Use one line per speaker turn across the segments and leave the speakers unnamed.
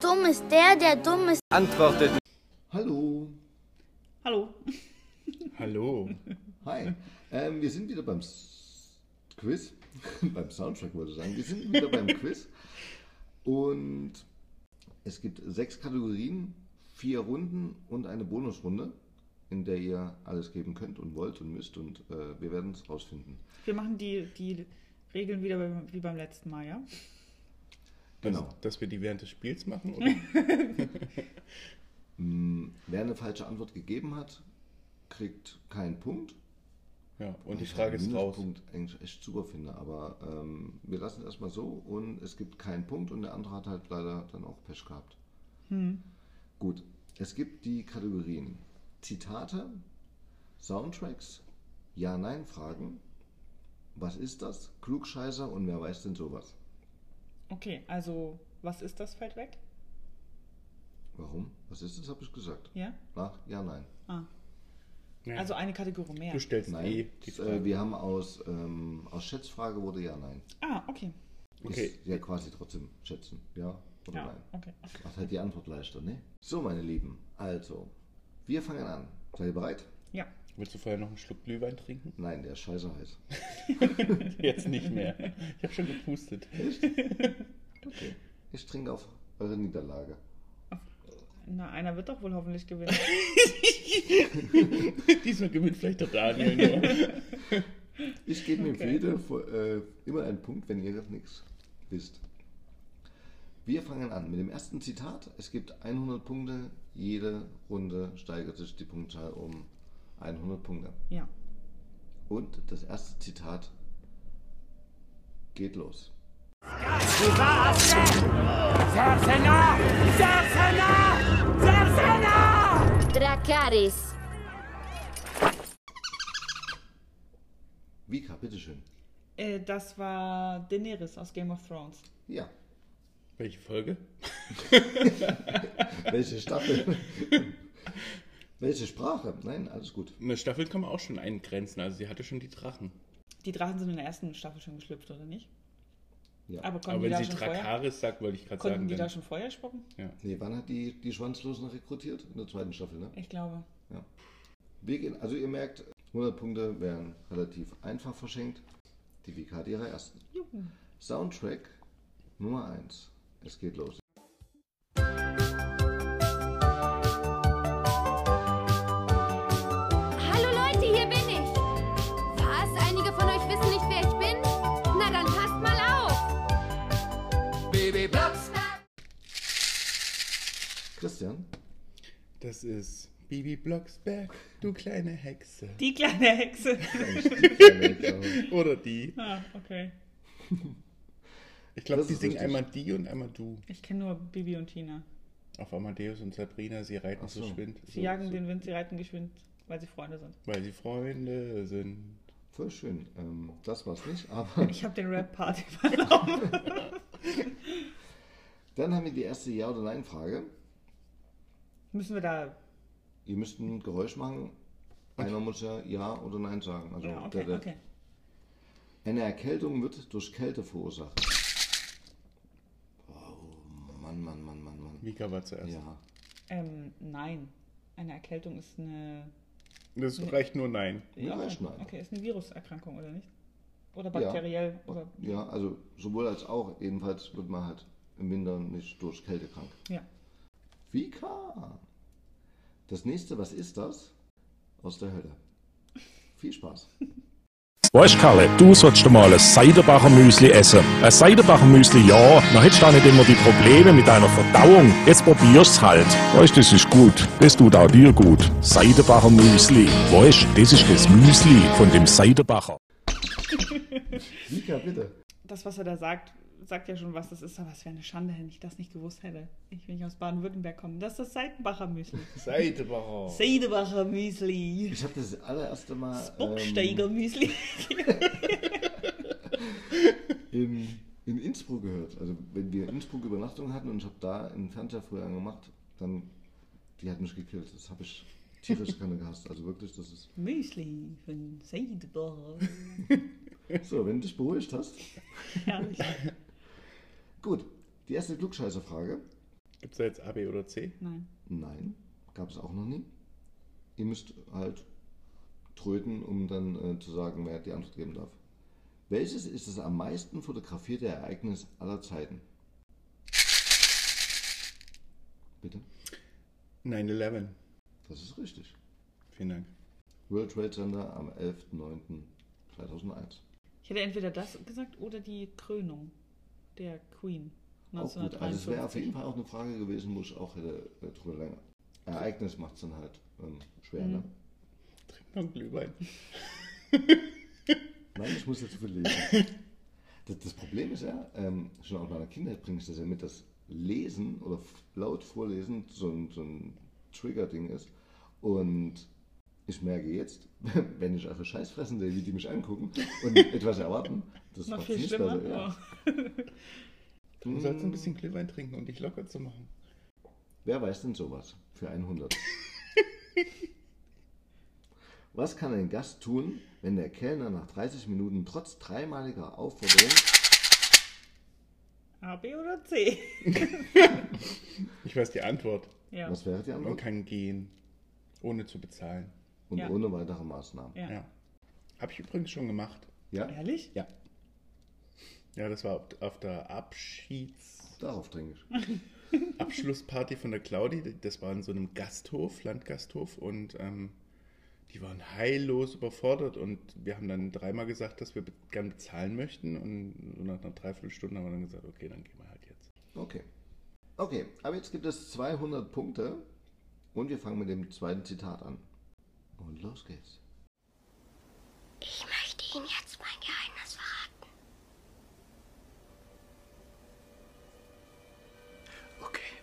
Dumm ist der, der dumm ist.
antwortet
Hallo.
Hallo.
Hallo.
Hi. Ähm, wir sind wieder beim S Quiz. beim Soundtrack wollte ich sagen. Wir sind wieder beim Quiz. Und es gibt sechs Kategorien, vier Runden und eine Bonusrunde, in der ihr alles geben könnt und wollt und müsst. Und äh, wir werden es rausfinden.
Wir machen die, die Regeln wieder beim- wie beim letzten Mal, ja?
Genau.
Dass wir die während des Spiels machen? Oder?
Hm, Wer eine falsche Antwort gegeben hat, kriegt keinen Punkt.
Ja, und die
ich
Frage
den
ist raus.
Minuspunkt eigentlich echt super finde, aber ähm, wir lassen es erstmal so und es gibt keinen Punkt und der andere hat halt leider dann auch Pech gehabt. Gut, es gibt die Kategorien Zitate, Soundtracks, Ja-Nein-Fragen, was ist das, Klugscheißer und wer weiß denn sowas?
Okay, also was ist das? Fällt weg?
Warum? Was ist das, habe ich gesagt.
Ja?
Ach, ja, nein.
Ah,
Ja.
also eine Kategorie mehr.
du stellst eh
Nein,
die
äh,
Frage.
wir haben aus, ähm, aus Schätzfrage wurde Ja-Nein.
Ah, okay.
Okay.
Ist ja quasi trotzdem schätzen, ja oder
Ja,
nein.
okay.
Macht halt die Antwort leichter, ne? So, meine Lieben, also, wir fangen an. Seid ihr bereit?
Ja,
Willst du vorher noch einen Schluck Glühwein trinken?
Nein, der ist scheiße heiß.
Jetzt nicht mehr. Ich habe schon gepustet.
Okay. Ich trinke auf eure Niederlage.
na, einer wird doch wohl hoffentlich gewinnen.
Diesmal gewinnt vielleicht der Daniel nur.
Ich gebe mir
Okay.
für jede Fo- äh, immer einen Punkt, wenn ihr nichts wisst. Wir fangen an mit dem ersten Zitat. Es gibt 100 Punkte. Jede Runde steigert sich die Punktzahl um 100 Punkte.
ja.
Und das erste Zitat geht los.
Sarsena! Sarsena! Sarsena!
Dracaris.
Vika, bitteschön.
Äh, das war Daenerys aus Game of Thrones.
Ja.
Welche Folge?
Welche Staffel? Welche Sprache? Nein, alles gut.
Eine Staffel kann man auch schon eingrenzen. Also sie hatte schon die Drachen.
Die Drachen sind in der ersten Staffel schon geschlüpft, oder nicht?
Ja.
Aber konnten
Aber
die
wenn
da
sie
schon vorher?
Drakaris sagt, wollte ich gerade
Konnten
sagen.
die da
Dann,
schon vorher spucken?
Nee, wann hat die, die Schwanzlosen rekrutiert? In der zweiten Staffel, ne?
Ich glaube.
Wir gehen, also ihr merkt, 100 Punkte werden relativ einfach verschenkt. Die Vika hat ihre ersten.
Juhu.
Soundtrack Nummer 1. Es geht los.
Hallo Leute, hier bin ich. Was? Einige von euch wissen nicht, wer ich bin? Na dann passt mal auf.
Baby Platz!
Christian,
das ist Bibi Blocksberg, du kleine Hexe.
Die kleine Hexe.
Oder die.
ah, okay.
Ich glaube,
Das
die
ist
singen
richtig.
einmal die und einmal du.
Ich kenne nur Bibi und Tina.
Auf Amadeus und Sabrina, sie reiten
Ach
so,
so.
schwind.
Sie jagen den Wind, sie reiten geschwind, weil sie Freunde sind.
Weil sie Freunde sind.
voll schön. Ähm, das war's nicht, aber
Ich habe den Rap-Part übernommen.
dann haben wir die erste Ja- oder Nein-Frage.
Müssen wir da.
Ihr müsst ein Geräusch machen. Einer muss ja Ja oder Nein sagen. Also der,
Ja, genau, okay,
der,
okay.
Eine Erkältung wird durch Kälte verursacht. Oh, Mann, Mann, Mann, Mann, Mann.
Mika war zuerst.
Ja,
Ähm, nein. Eine Erkältung ist eine.
Das reicht nur nein.
Ja,
okay.
ich schneide.
okay, ist eine Viruserkrankung, oder nicht? Oder
Ja.
bakteriell. Oder,
ja, also sowohl als auch. Jedenfalls wird man halt im Winter nicht durch Kälte krank.
ja.
Vika! Das nächste, was ist das? Aus der Hölle. Viel Spaß.
Weißt Karle, du sollst mal ein Seidenbacher Müsli essen. Ein Seidenbacher Müsli, ja, dann hättest du auch nicht immer die Probleme mit deiner Verdauung. Jetzt probier's halt. Weißt, das ist gut. Das tut auch dir gut. Seidenbacher Müsli. Weißt, das ist das Müsli von dem Seidenbacher.
Vika, bitte.
Das, was er da sagt, sagt ja schon, was das ist. Aber es wäre eine Schande, wenn ich das nicht gewusst hätte. Ich will nicht aus Baden-Württemberg kommen. Das ist das Seidenbacher Müsli.
Seidebacher.
Seidenbacher Müsli.
Ich habe das allererste Mal
Bocksteiger Müsli.
in, in Innsbruck gehört. Also wenn wir in Innsbruck Übernachtung hatten und ich habe da einen Fernseher früher angemacht, dann die hat mich gekillt. Das habe ich tierisch gerne gehasst. Also wirklich, das ist
Müsli von Seidenbacher.
So, wenn du dich beruhigt hast.
Herrlich.
Gut, die erste Klugscheißerfrage.
Gibt es da jetzt A, B oder C?
Nein.
Nein, gab es auch noch nie. Ihr müsst halt tröten, um dann äh, zu sagen, wer die Antwort geben darf. Welches ist das am meisten fotografierte Ereignis aller Zeiten? Bitte?
9-11.
Das ist richtig.
Vielen Dank.
World Trade Center am 11.09.2001.
Ich hätte entweder das gesagt oder die Krönung der Queen.
Auch gut, also es wäre auf
1953.
jeden Fall auch eine Frage gewesen, wo ich auch hätte äh, drüber länger. Ereignis macht es dann halt ähm, schwer,
Mhm.
ne?
Trink noch einen Glühwein.
Nein, ich muss jetzt so viel lesen. Das, das Problem ist ja, ähm, schon aus meiner Kindheit bringe ich das ja mit, dass Lesen oder f- laut vorlesen so ein, so ein Trigger-Ding ist. Und ich merke jetzt, wenn ich einfach Scheiß fressen sehe, wie die mich angucken und etwas erwarten, das
Noch
war
viel schlimmer. Oh.
besser, ja. Mhm.
Du sollst ein bisschen Glühwein trinken, um dich locker zu machen.
Wer weiß denn sowas für 100? Was kann ein Gast tun, wenn der Kellner nach 30 Minuten trotz dreimaliger Aufforderung
A, B oder C?
Ich weiß die Antwort.
Ja.
Was wäre die
Man
Antwort?
kann gehen, ohne zu bezahlen.
Und
Ja.
ohne weitere Maßnahmen.
Ja.
Ja. Habe ich übrigens schon gemacht.
Ja,
Ehrlich?
Ja. Ja, das war auf- auf der Abschieds
darauf dringe ich.
Mhm. Abschlussparty von der Claudi. Das war in so einem Gasthof, Landgasthof. Und ähm, die waren heillos überfordert. Und wir haben dann dreimal gesagt, dass wir be- gern bezahlen möchten. Und so nach einer Dreiviertelstunde haben wir dann gesagt, okay, dann gehen wir halt jetzt.
Okay. Okay, aber jetzt gibt es 200 Punkte und wir fangen mit dem zweiten Zitat an. Und los geht's.
Ich möchte Ihnen jetzt mein Geheimnis verraten.
Okay.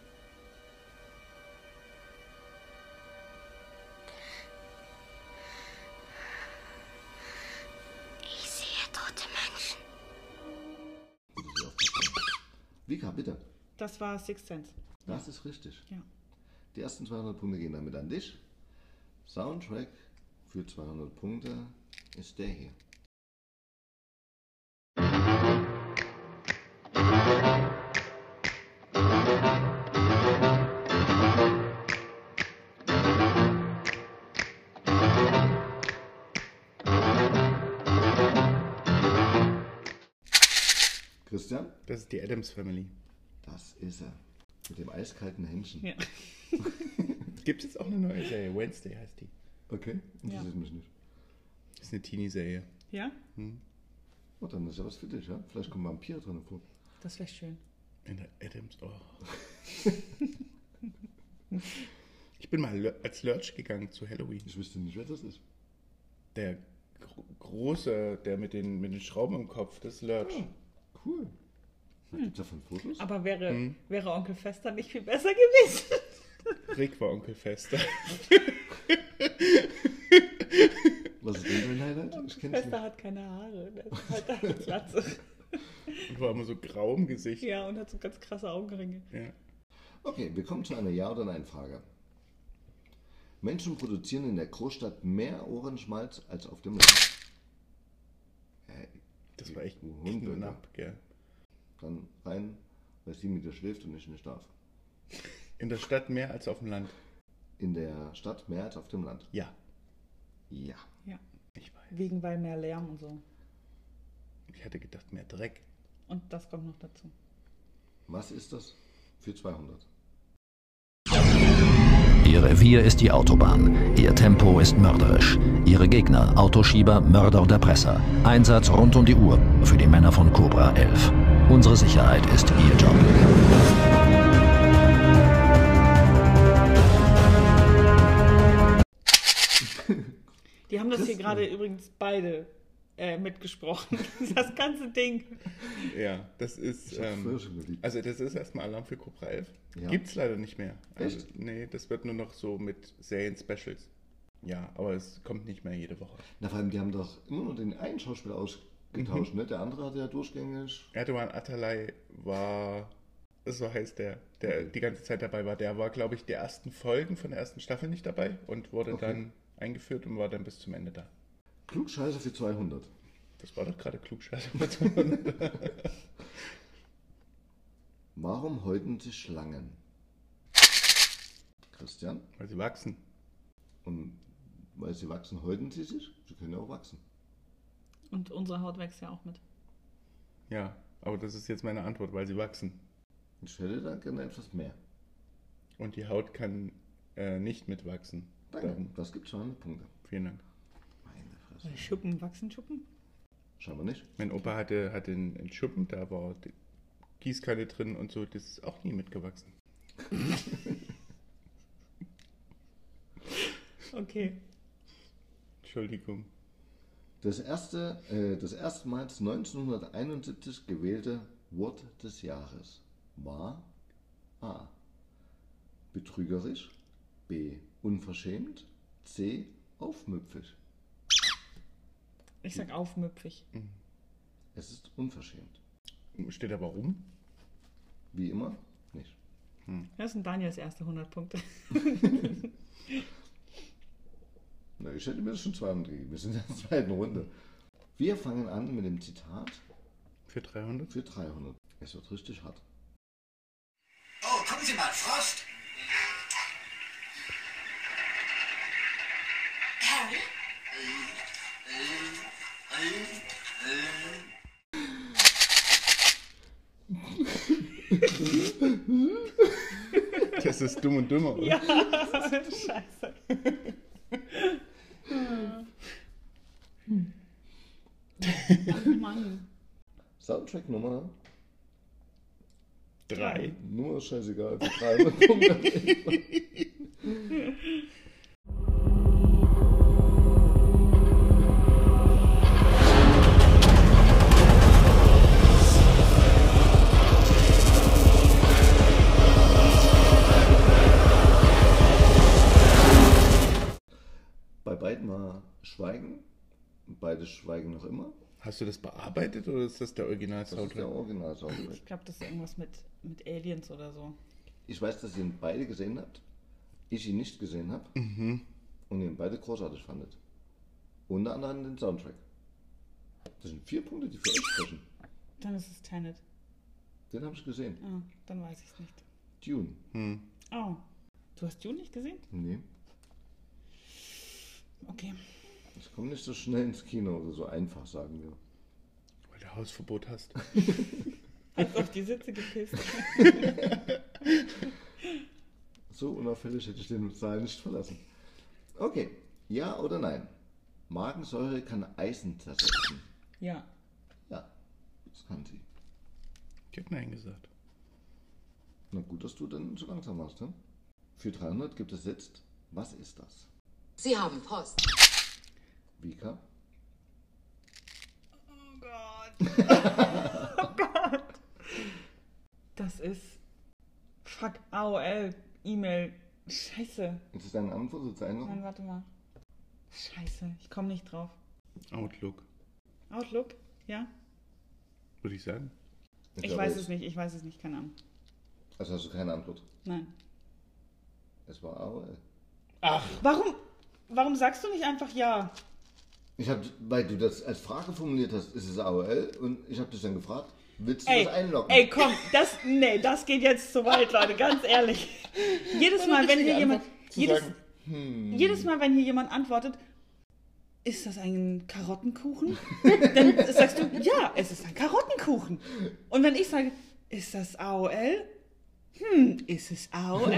Ich sehe tote Menschen.
Gut, dass ihr aufgepasst habt. Vika, bitte.
Das war Sixth Sense.
Das ist richtig.
Ja.
Die ersten 200 Punkte gehen damit an dich. Soundtrack für 200 Punkte ist der hier. Christian,
Das ist die Adams Family.
das ist er. Mit dem eiskalten Händchen.
Ja.
Gibt es jetzt auch eine neue Serie? Wednesday heißt die.
Okay, interessiert mich nicht.
Ist eine Teenie-Serie.
Ja?
Oh, dann ist ja was für dich, ja? Vielleicht kommen Vampire drin vor.
Das wäre schön.
In der Adams. Oh. ich bin mal lö- als Lurch gegangen zu Halloween.
Ich wüsste nicht, wer das ist.
Der gro große, der mit den, mit den Schrauben im Kopf, das ist Lurch.
Cool. Hm. Gibt es davon Fotos?
Aber wäre, wäre Onkel Fester nicht viel besser gewesen?
Rick war Onkel Fester.
Was ist denn dein Highlight? Ich kenn's
Fester
nicht.
hat keine Haare. Der ist halt eine Glatze.
Und war immer so grau im Gesicht.
Ja, und hat so ganz krasse Augenringe.
Ja.
Okay, wir kommen zu einer Ja- oder Nein-Frage. Menschen produzieren in der Großstadt mehr Ohrenschmalz als auf dem Land. Äh,
Das war echt
Hund,
Hund und
Alter.
ab, gell.
Dann rein, weil sie mit dir schläft und ich nicht darf.
In der Stadt mehr als auf dem Land.
In der Stadt mehr als auf dem Land.
Ja.
Ja.
Ja.
Ich weiß.
Wegen weil mehr Lärm und so.
Ich hatte gedacht, mehr Dreck.
Und das kommt noch dazu.
Was ist das für 200?
Ihr Revier ist die Autobahn. Ihr Tempo ist mörderisch. Ihre Gegner, Autoschieber, Mörder und Erpresser. Einsatz rund um die Uhr für die Männer von Cobra 11. Unsere Sicherheit ist Ihr Job.
Die haben das hier
Christen.
gerade übrigens beide äh, mitgesprochen. Das ganze Ding.
Ja, das ist.
Ich hab's früher schon geliebt.
also, das ist erstmal Alarm für Cobra 11.
Ja.
Gibt's leider nicht mehr. Also,
Echt?
nee, das wird nur noch so mit Serien-Specials. Ja, aber es kommt nicht mehr jede Woche.
Na, vor allem, die haben doch immer nur den einen Schauspieler ausgetauscht, ne? Der andere hat ja durchgängig
Erdogan Atalay war. So heißt der, der die ganze Zeit dabei war. Der war, glaube ich, der ersten Folgen von der ersten Staffel nicht dabei und wurde
Okay.
dann eingeführt und war dann bis zum Ende da.
Klugscheiße für 200.
Das war doch gerade Klugscheiße.
Warum häuten sich Schlangen? Christian.
Weil sie wachsen.
Und weil sie wachsen, häuten sie sich. Sie können ja auch wachsen.
Und unsere Haut wächst ja auch mit.
Ja, aber das ist jetzt meine Antwort, weil sie wachsen.
Ich hätte da gerne etwas mehr.
Und die Haut kann äh, nicht mitwachsen.
Danke.
Darum.
Das gibt schon Punkte.
Vielen Dank.
Meine Fresse.
Oder Schuppen, wachsen Schuppen?
Scheinbar nicht.
Mein Opa hatte, hatte einen, einen Schuppen, da war die Gießkanne drin und so, das ist auch nie mitgewachsen.
Okay.
Entschuldigung.
Das erste, äh, das erstmals 1971 gewählte Wort des Jahres war A. Betrügerisch, B. Unverschämt, C. Aufmüpfig.
Ich sag aufmüpfig.
Es ist unverschämt.
Steht aber rum.
Wie immer nicht.
Das sind Daniels erste 100 Punkte.
Na, ich hätte mir das schon zweimal gegeben. Wir sind in der zweiten Runde. Wir fangen an mit dem Zitat
Für 300.
für 300. Es wird richtig hart.
Oh, gucken Sie mal, Frost. Harry?
Das ist dumm und dümmer, oder? Ja.
Scheiße. Mann.
Soundtrack Nummer,
Drei.
Nummer ist scheißegal. Für 300 Punkte. Bei beiden war Schweigen. Beide schweigen noch immer.
Hast du das bearbeitet oder ist das der
Das ist der
Original-Soundtrack?
Original-Soundtrack.
Ich glaube, das ist irgendwas mit, mit Aliens oder so.
Ich weiß, dass ihr ihn beide gesehen habt. Ich ihn nicht gesehen habe. Und ihn beide großartig fandet. Unter anderem den Soundtrack. Das sind vier Punkte, die für euch sprechen.
Dann ist es Tenet.
Den habe ich gesehen.
Ah, dann weiß ich es nicht.
Dune.
Oh. Du hast Dune nicht gesehen?
Nee.
Okay.
Ich komme nicht so schnell ins Kino oder so einfach, sagen wir.
Weil du Hausverbot hast.
Hat auf die Sitze gepisst.
So unauffällig hätte ich den Saal nicht verlassen. Okay. Ja oder nein? Magensäure kann Eisen zersetzen.
Ja.
Ja, das kann sie.
Ich hab Nein gesagt.
Na gut, dass du dann so langsam warst, ne? Für 300 gibt es jetzt, was ist das?
Sie haben Post.
Vika?
Oh Das ist. Fuck, AOL, E-Mail. Scheiße.
Ist es deine Antwort oder deine
Nein,
noch?
warte mal. Scheiße, ich komme nicht drauf.
Outlook,
Outlook? Ja?
würde ich sagen.
Ich weiß es nicht, ich weiß es nicht, keine Ahnung.
Also hast du keine Antwort.
Nein.
Es war AOL.
Warum, warum sagst du nicht einfach ja?
Ich hab, weil du das als Frage formuliert hast, ist es AOL? Und ich habe dich dann gefragt, willst du
Ey,
das einloggen?
ey, komm, das, nee, das geht jetzt zu weit, Leute, ganz ehrlich. Jedes Mal, wenn hier jemand, jedes, jedes Mal, wenn hier jemand antwortet, ist das ein Karottenkuchen? Dann sagst du, ja, es ist ein Karottenkuchen. Und wenn ich sage, ist das AOL? Hm, ist es AOL?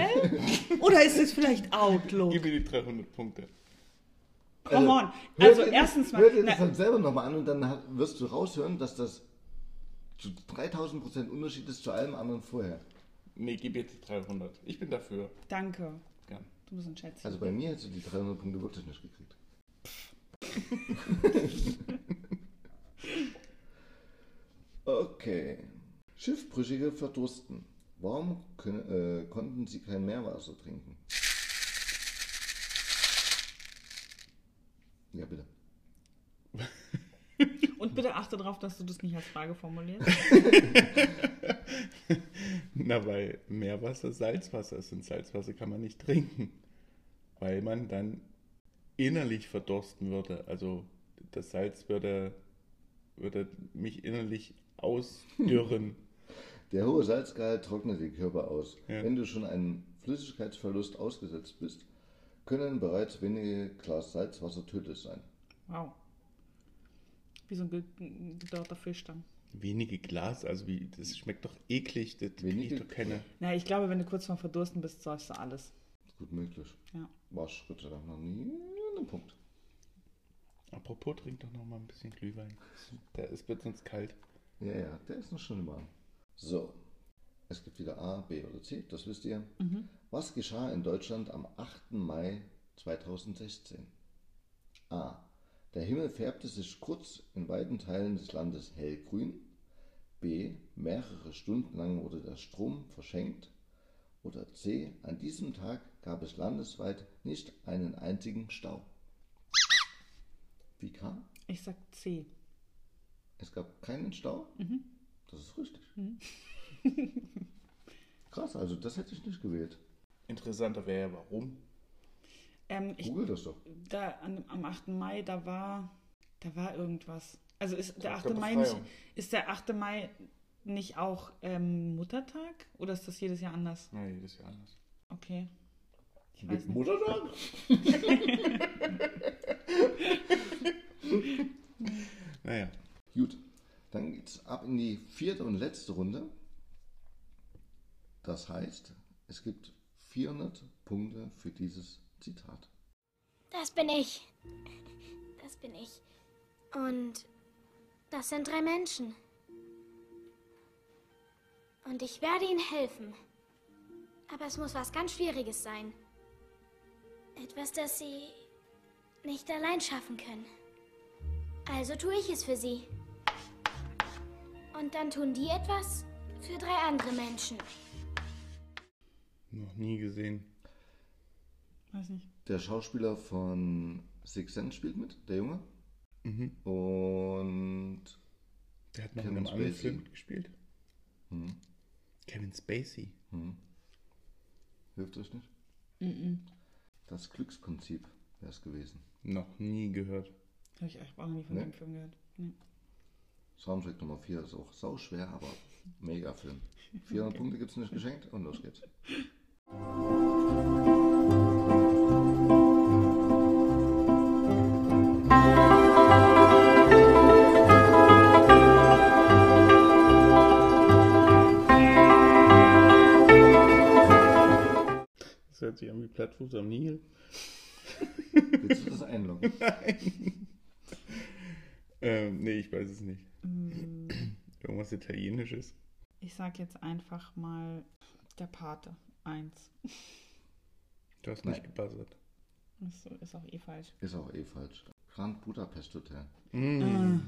Oder ist es vielleicht
Gib
Outlook?
mir die 300 Punkte.
Come on.
Hör
Also
dir das-
erstens mal,
Hör dir
na,
das halt selber nochmal an und dann hat- wirst du raushören, dass das zu 3000 Prozent Unterschied ist zu allem anderen vorher.
Nee, gib jetzt die 300. Ich bin dafür.
danke.
Ja.
Du bist ein Schätzchen.
Also bei mir hättest du die 300 Punkte wirklich nicht gekriegt. okay. Schiffbrüchige verdursten. Warum können, äh, konnten sie kein Meerwasser trinken? Ja, bitte.
Und bitte achte darauf, dass du das nicht als Frage formulierst.
Na, weil Meerwasser Salzwasser ist und Salzwasser kann man nicht trinken, weil man dann innerlich verdursten würde. Also das Salz würde, würde mich innerlich ausdürren.
Der hohe Salzgehalt trocknet den Körper aus.
Ja.
Wenn du schon einen Flüssigkeitsverlust ausgesetzt bist, können bereits wenige Glas Salzwasser tödlich sein.
Wow. Wie so ein ge- ein gedörrter Fisch dann.
Wenige Glas, also wie, das schmeckt doch eklig, das
Wenige-
ich doch keine.
Na, ich glaube, wenn du kurz vorm Verdursten bist, säufst du alles.
Gut möglich.
Ja.
War Schritte nach noch nie ein Punkt.
Apropos, trink doch noch mal ein bisschen Glühwein. Da ist, wird sonst kalt.
Ja, ja, der ist noch schon im Arm. So, es gibt wieder A, B oder C, das wisst ihr. Was geschah in Deutschland am 8. Mai 2016? A. Der Himmel färbte sich kurz in weiten Teilen des Landes hellgrün. B. Mehrere Stunden lang wurde der Strom verschenkt. Oder C. An diesem Tag gab es landesweit nicht einen einzigen Stau. Wie kam?
Ich sag C.
Es gab keinen Stau.
Mhm.
Das ist richtig. Krass, also das hätte ich nicht gewählt.
Interessanter wäre ja, warum.
Ähm, ich,
Google das doch.
da an, am 8. Mai, da war, da war irgendwas. Also ist der
Tag
8.
der
Mai nicht,
Befreiung.
ist der 8. Mai nicht auch ähm, Muttertag? Oder ist das jedes Jahr anders?
Na, jedes Jahr anders.
Okay. Ich weiß
Mit
nicht.
Muttertag?
Naja,
Gut, dann geht's ab in die vierte und letzte Runde. Das heißt, es gibt 400 Punkte für dieses Zitat.
Das bin ich. Das bin ich. Und das sind drei Menschen. Und ich werde ihnen helfen. Aber es muss was ganz Schwieriges sein. Etwas, das sie nicht allein schaffen können. Also tue ich es für sie. Und dann tun die etwas für drei andere Menschen.
noch nie gesehen.
weiß nicht.
Der Schauspieler von Six Sense spielt mit, der Junge. Und
Mhm. Der hat noch
Kevin
in einem anderen
Spacey. Hm.
Film gespielt. Kevin Spacey.
hilft euch nicht?
Mhm.
Das Glücksprinzip wäre es gewesen.
Noch nie gehört.
Habe ich auch noch nie von
Nee.
dem Film gehört. Nee.
Soundtrack Nummer 4 ist auch sauschwer, aber mega Film. 400 Punkte gibt es nicht geschenkt und los geht's.
Das hört sich an wie Plattfuß am Nil.
Willst du das einloggen?
Ähm, nee, ich weiß es nicht. Irgendwas Italienisches.
Ich sag jetzt einfach mal der Pate 1.
Du hast
Nein.
nicht gebuzzert.
Das ist auch eh falsch.
Ist auch eh falsch. Grand Budapest Hotel.
Mm.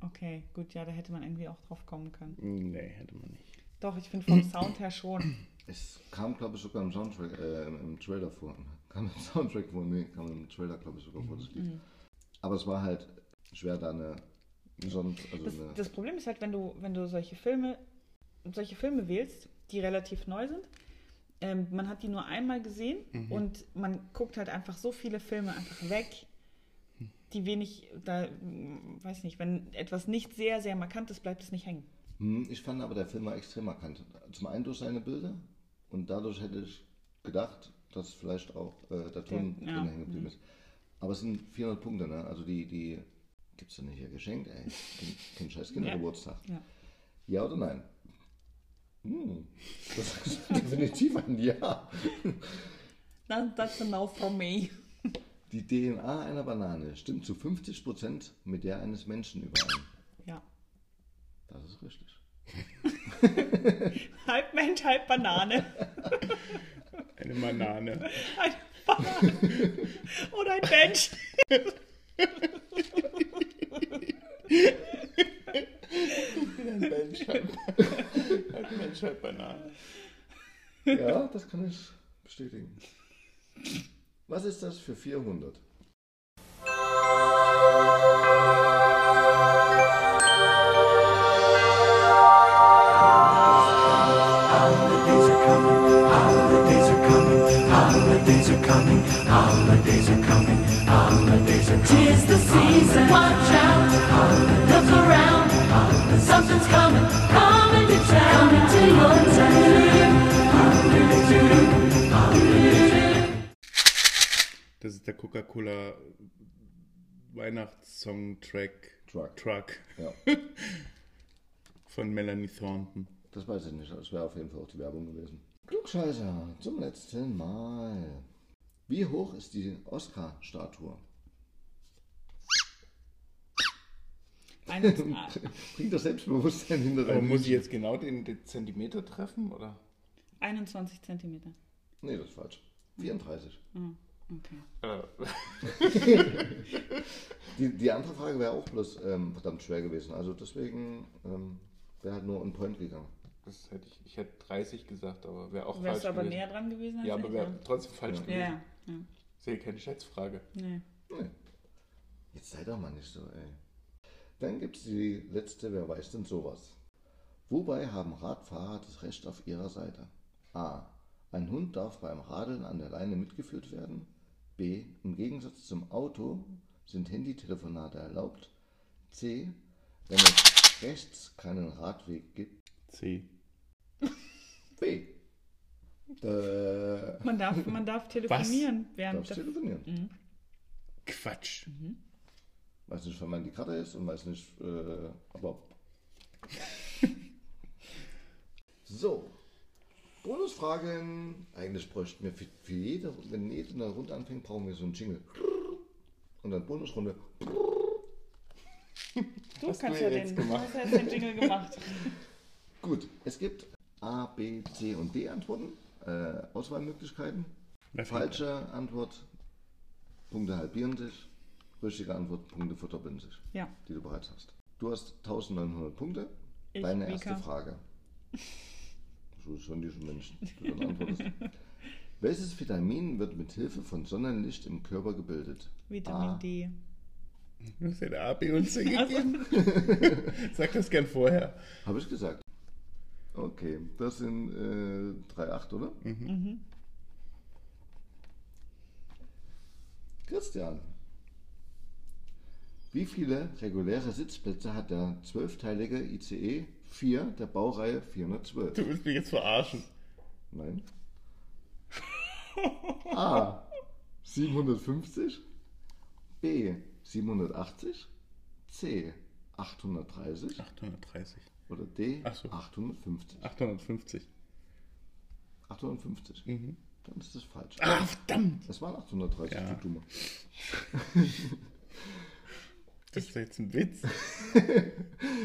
Okay, gut, ja, da hätte man irgendwie auch drauf kommen können.
Nee, hätte man nicht.
Doch, ich finde vom Sound her schon.
Es kam, glaube ich, sogar im Soundtrack, äh, im Trailer vor. Kam im Soundtrack vor, nee, kam im Trailer, glaube ich, sogar vor, das Lied. Aber es war halt schwer, da eine, Sound, also
Das,
eine
das Problem ist halt, wenn du, wenn du solche Filme, solche Filme wählst, die relativ neu sind, ähm, man hat die nur einmal gesehen und man guckt halt einfach so viele Filme einfach weg, die wenig, da, mm, weiß nicht, wenn etwas nicht sehr, sehr markant ist, bleibt es nicht hängen.
Hm, Ich fand aber, der Film war extrem markant. Zum einen durch seine Bilder und dadurch hätte ich gedacht, dass vielleicht auch äh, der Ton
Der- ja,
drin hängen geblieben
mhm.
ist. Aber es sind 400 Punkte, ne? Also die, die gibt's doch nicht hier geschenkt, ey. Kein, kein scheiß Kindergeburtstag.
Ja.
Ja oder nein? Hm. Das ist definitiv ein Ja.
That, that's enough from me.
Die DNA einer Banane stimmt zu 50% mit der eines Menschen überein.
Ja.
Das ist richtig.
Halb Mensch, halb Banane.
Eine Banane.
Ein Banane. Oder ein Mensch.
Mensch, halt, Mensch, halt Banane.
Ja, das kann ich bestätigen. Was ist das für 400?
Holidays are coming, holidays are coming, holidays are coming, holidays are coming, holidays are coming.
Tis the season. Watch out. Look around. Something's coming. Coming to town. Coming to your town.
der Coca-Cola Weihnachtssong-Track
Truck.
Truck
Ja.
von Melanie Thornton.
Das weiß ich nicht, das wäre auf jeden Fall auch die Werbung gewesen. Klugscheißer, zum letzten Mal. Wie hoch ist die Oscar-Statue?
Eine,
Bringt das Selbstbewusstsein hinter
Aber
rein.
muss ich jetzt genau den, den Zentimeter treffen, oder?
21 Zentimeter. Ah,
Nee, das ist falsch. 34.
Okay.
Die, die andere Frage wäre auch bloß ähm, verdammt schwer gewesen. Also deswegen ähm, wäre halt nur on point gegangen.
Das hätte ich, ich hätte 30 gesagt, aber wäre auch
Du wärst
falsch
aber
gewesen.
näher dran gewesen als
ja, aber
ich, ne?
wäre trotzdem falsch
Ja,
gewesen.
ja. ja.
Ist ja keine Schätzfrage.
Nee.
Nee. Jetzt sei doch mal nicht so, ey. Dann gibt es die letzte, wer weiß denn sowas. Wobei haben Radfahrer das Recht auf ihrer Seite? A. Ein Hund darf beim Radeln an der Leine mitgeführt werden. B. Im Gegensatz zum Auto sind Handytelefonate erlaubt. C. Wenn es rechts keinen Radweg gibt.
C.
B. Äh,
Man darf, man darf telefonieren während
darfst
der
telefonieren.
Quatsch.
Weiß nicht, wann man die Karte ist und weiß nicht, äh, aber. so. Bonusfragen. Eigentlich bräuchten wir für, für jede, wenn jede eine Runde anfängt, brauchen wir so einen Jingle. Und dann Bonusrunde.
Du kannst
du
ja
jetzt
den, du hast ja jetzt den Jingle gemacht.
Gut, es gibt A, B, C und D Antworten. Äh, Auswahlmöglichkeiten.
Wer fängt
Falsche Antwort, Punkte halbieren sich. Richtige Antwort, Punkte verdoppeln sich.
Ja.
die du bereits hast. Du hast 1900 Punkte.
Ich,
Deine
Mika.
erste Frage. So schon die schon Menschen. die du dann antwortest. Welches Vitamin wird mit Hilfe von Sonnenlicht im Körper gebildet?
Vitamin
Ah.
A.
D.
Du hast ja der A, B und C gegeben.
Also-
Sag das gern vorher.
Habe ich Ah, gesagt. Okay, das sind äh, 3,8, oder?
Mhm.
Christian, wie viele reguläre Sitzplätze hat der zwölfteilige ICE 4 der Baureihe 412?
Du willst mich jetzt verarschen.
Nein. Ah, A. 750. B. 780. C. 830.
830.
Oder D.
Ach so.
850.
850.
850. Dann ist das falsch.
Mhm. Ah, verdammt!
Es waren 830,
Ja.
du Dumme.
Das ist jetzt ein Witz.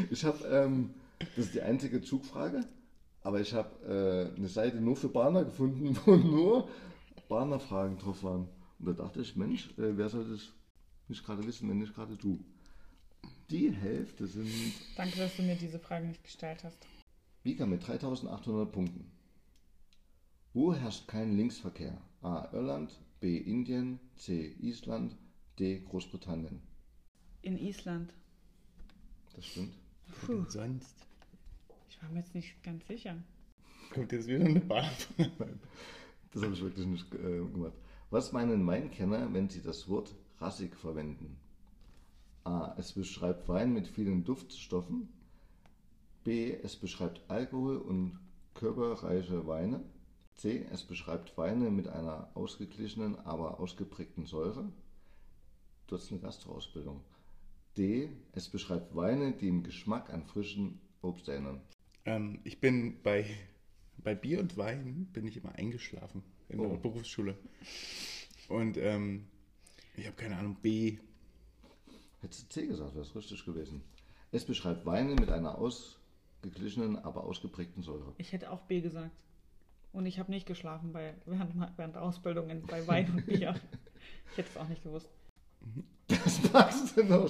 Ich habe, ähm, das ist die einzige Zugfrage, aber ich habe äh, eine Seite nur für Bahner gefunden, wo nur Bahnerfragen drauf waren. Und da dachte ich, Mensch, äh, wer soll das nicht gerade wissen, wenn nicht gerade du? Die Hälfte sind
Danke, dass du mir diese Frage nicht gestellt hast.
Vika mit 3800 Punkten. Wo herrscht kein Linksverkehr? A. Irland, B. Indien, C. Island, D. Großbritannien.
In Island.
Das stimmt.
Puh. Sonst
Ich war mir jetzt nicht ganz sicher.
kommt jetzt wieder eine Bahn.
Das habe ich wirklich nicht äh, gemacht. Was meinen Weinkenner, wenn sie das Wort rassig verwenden? A. Es beschreibt Wein mit vielen Duftstoffen. B. Es beschreibt Alkohol und körperreiche Weine. C. Es beschreibt Weine mit einer ausgeglichenen, aber ausgeprägten Säure. Du hast eine Gastroausbildung. D. Es beschreibt Weine, die im Geschmack an frischen Obst erinnern.
Ähm, ich bin bei, bei Bier und Wein bin ich immer eingeschlafen in
Oh.
der Berufsschule. Und ähm, ich habe keine Ahnung, B.
Hättest du C gesagt, wäre es richtig gewesen. Es beschreibt Weine mit einer ausgeglichenen, aber ausgeprägten Säure.
Ich hätte auch B gesagt. Und ich habe nicht geschlafen bei, während, während der Ausbildung in- bei Wein und Bier. Ich hätte es auch nicht gewusst.
Das passt denn noch.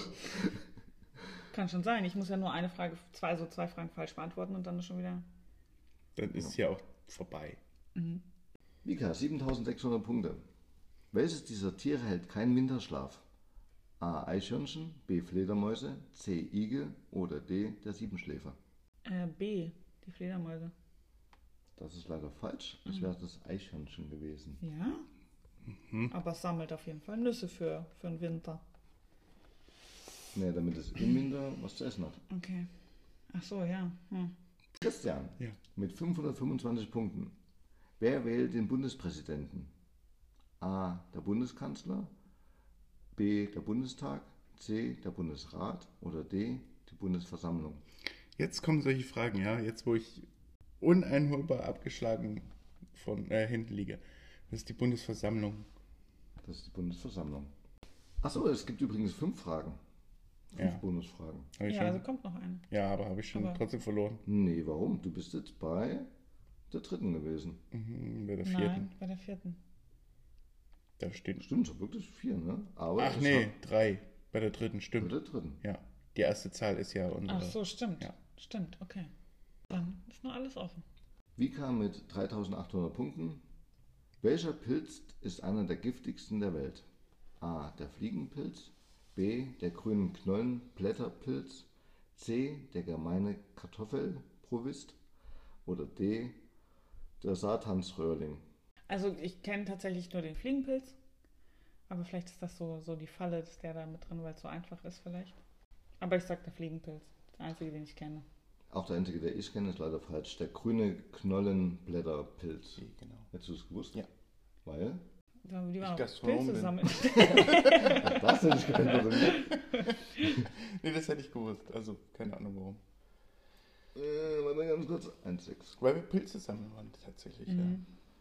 Kann schon sein. Ich muss ja nur eine Frage, zwei, so zwei Fragen falsch beantworten und dann ist schon wieder.
Dann ist ja auch vorbei.
Mika, 7600 Punkte. Welches dieser Tiere hält keinen Winterschlaf? A. Eichhörnchen, B. Fledermäuse, C. Igel oder D. Der Siebenschläfer.
Äh, B, die Fledermäuse.
Das ist leider falsch. Es wäre das Eichhörnchen gewesen.
Ja.
Mhm.
Aber es sammelt auf jeden Fall Nüsse für, für den Winter.
Nee, damit es im Winter was zu essen hat.
Okay. Ach so, ja. Hm.
Christian
Ja.
mit 525 Punkten. Wer wählt den Bundespräsidenten? A. Der Bundeskanzler, B. Der Bundestag, C. Der Bundesrat oder D. Die Bundesversammlung.
Jetzt kommen solche Fragen, ja, jetzt wo ich uneinholbar abgeschlagen von äh, hinten liege. Das ist die Bundesversammlung.
Das ist die Bundesversammlung. Achso, es gibt übrigens fünf Fragen. Fünf
Ja.
Bonusfragen.
Hab ich
Ja,
schon?
also kommt noch eine.
ja, aber habe ich schon trotzdem verloren.
Nee, warum? Du bist jetzt bei der dritten gewesen.
Mhm, bei der vierten.
Nein, bei der vierten.
Da steht.
Stimmt, so wirklich vier, ne? Aber
Ach
es
nee,
hat-
drei. Bei der dritten,
Bei
stimmt.
der dritten.
Ja. Die erste Zahl ist ja unsere.
Ach so, stimmt.
Ja.
Stimmt, okay. Dann ist noch alles offen.
Vika mit 3800 Punkten. Welcher Pilz ist einer der giftigsten der Welt? A. Der Fliegenpilz. B. Der grünen Knollenblätterpilz. C. Der gemeine Kartoffelprovist. Oder D. Der Satansröhrling.
Also ich kenne tatsächlich nur den Fliegenpilz. Aber vielleicht ist das so, so die Falle, dass der da mit drin, weil es so einfach ist vielleicht. Aber ich sag der Fliegenpilz. Der einzige, den ich kenne.
Auch der einzige, der ich kenne, ist leider falsch. Der grüne Knollenblätterpilz.
Genau.
Hättest du es gewusst?
Ja.
Weil?
Die waren die waren auch
Gastronom
Pilze
bin.
sammeln.
Das hätte ich gewusst. oder nicht?
Nee, das hätte ich gewusst. Also, keine Ahnung warum.
Äh, warte mal ganz kurz. 1,6.
Weil wir Pilze sammeln waren, tatsächlich,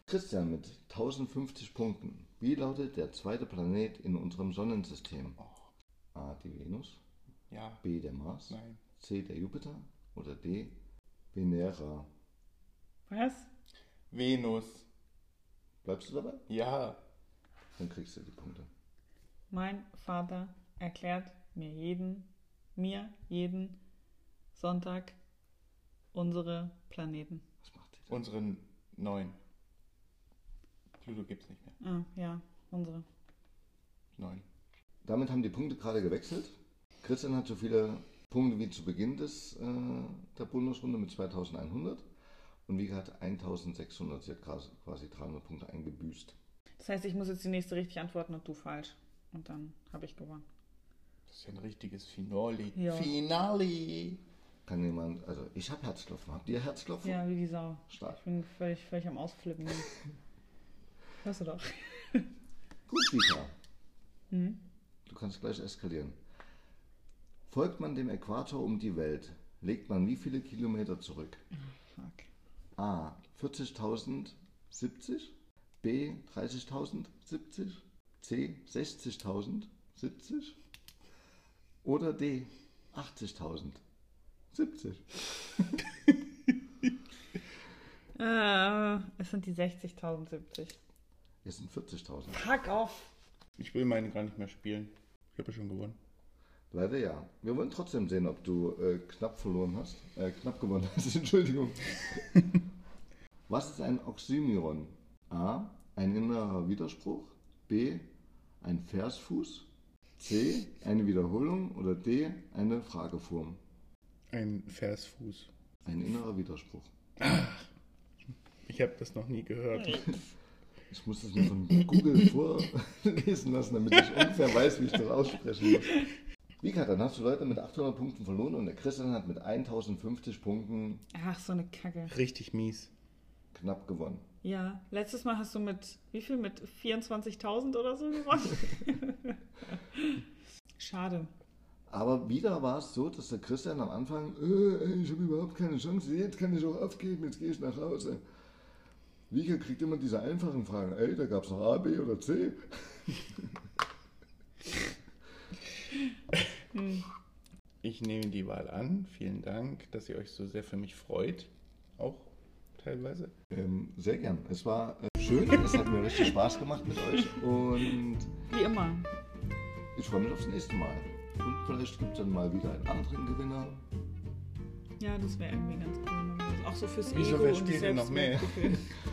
Christian mit 1050 Punkten. Wie lautet der zweite Planet in unserem Sonnensystem? A. Die Venus,
ja. Ja,
B. der Mars,
nein.
C. der Jupiter oder D. Venera.
Was?
Venus.
Bleibst du dabei?
Ja.
Dann kriegst du die Punkte.
Mein Vater erklärt mir jeden, mir jeden Sonntag unsere Planeten.
Was macht die denn?
Unseren neun. Pluto gibt's nicht mehr.
Ah, ja, unsere.
Neun.
Damit haben die Punkte gerade gewechselt. Christian hat so viele Punkte wie zu Beginn des, äh, der Bundesrunde mit 2100 und Vika hat 1600. Sie hat quasi quasi 300 Punkte eingebüßt.
Das heißt, ich muss jetzt die nächste richtig antworten und du falsch. Und dann habe ich gewonnen.
Das ist ja ein richtiges Finale.
Ja.
Finale.
Kann jemand, also ich habe Herzklopfen. Habt ihr Herzklopfen?
Ja, wie die Sau.
Stark.
Ich bin völlig, völlig am Ausflippen. hier. Hörst du doch.
Gut, Vika. Du kannst gleich eskalieren. Folgt man dem Äquator um die Welt, legt man wie viele Kilometer zurück?
Fuck.
A. 40.070, B. 30.070, C. 60.070 oder D. 80.070.
Äh, es sind die 60.070.
Es sind 40.000.
Fuck off!
Ich will meine gar nicht mehr spielen. Ich habe ja schon gewonnen.
Leider ja. Wir wollen trotzdem sehen, ob du äh, knapp verloren hast. Äh, knapp gewonnen hast, Entschuldigung. Was ist ein Oxymiron? A. Ein innerer Widerspruch. B. Ein Versfuß. C. Eine Wiederholung. Oder D. Eine Frageform.
Ein Versfuß.
Ein innerer Widerspruch.
Ich habe das noch nie gehört.
Ich muss das mir von Google vorlesen lassen, damit ich ungefähr weiß, wie ich das aussprechen muss. Vika, dann hast du Leute mit 800 Punkten verloren und der Christian hat mit 1050 Punkten
Ach, so eine Kacke.
Richtig mies.
knapp gewonnen.
Ja, letztes Mal hast du mit, wie viel? Mit 24.000 oder so gewonnen? Schade.
Aber wieder war es so, dass der Christian am Anfang, äh, ey, ich habe überhaupt keine Chance, jetzt kann ich auch aufgeben, jetzt gehe ich nach Hause. Vika kriegt immer diese einfachen Fragen, ey, da gab es noch A, B oder C.
Ich nehme die Wahl an. Vielen Dank, dass ihr euch so sehr für mich freut. Auch teilweise.
Ähm, sehr gern. Es war äh, schön, es hat mir richtig Spaß gemacht mit euch und
Wie immer.
ich freue mich aufs nächste Mal. Und vielleicht gibt es dann mal wieder einen anderen Gewinner.
Ja, das wäre irgendwie ganz cool. wenn man das- Auch so fürs
Wieso,
Ego
wer
und das
spielt denn noch mehr?
Selbstwertgefühl.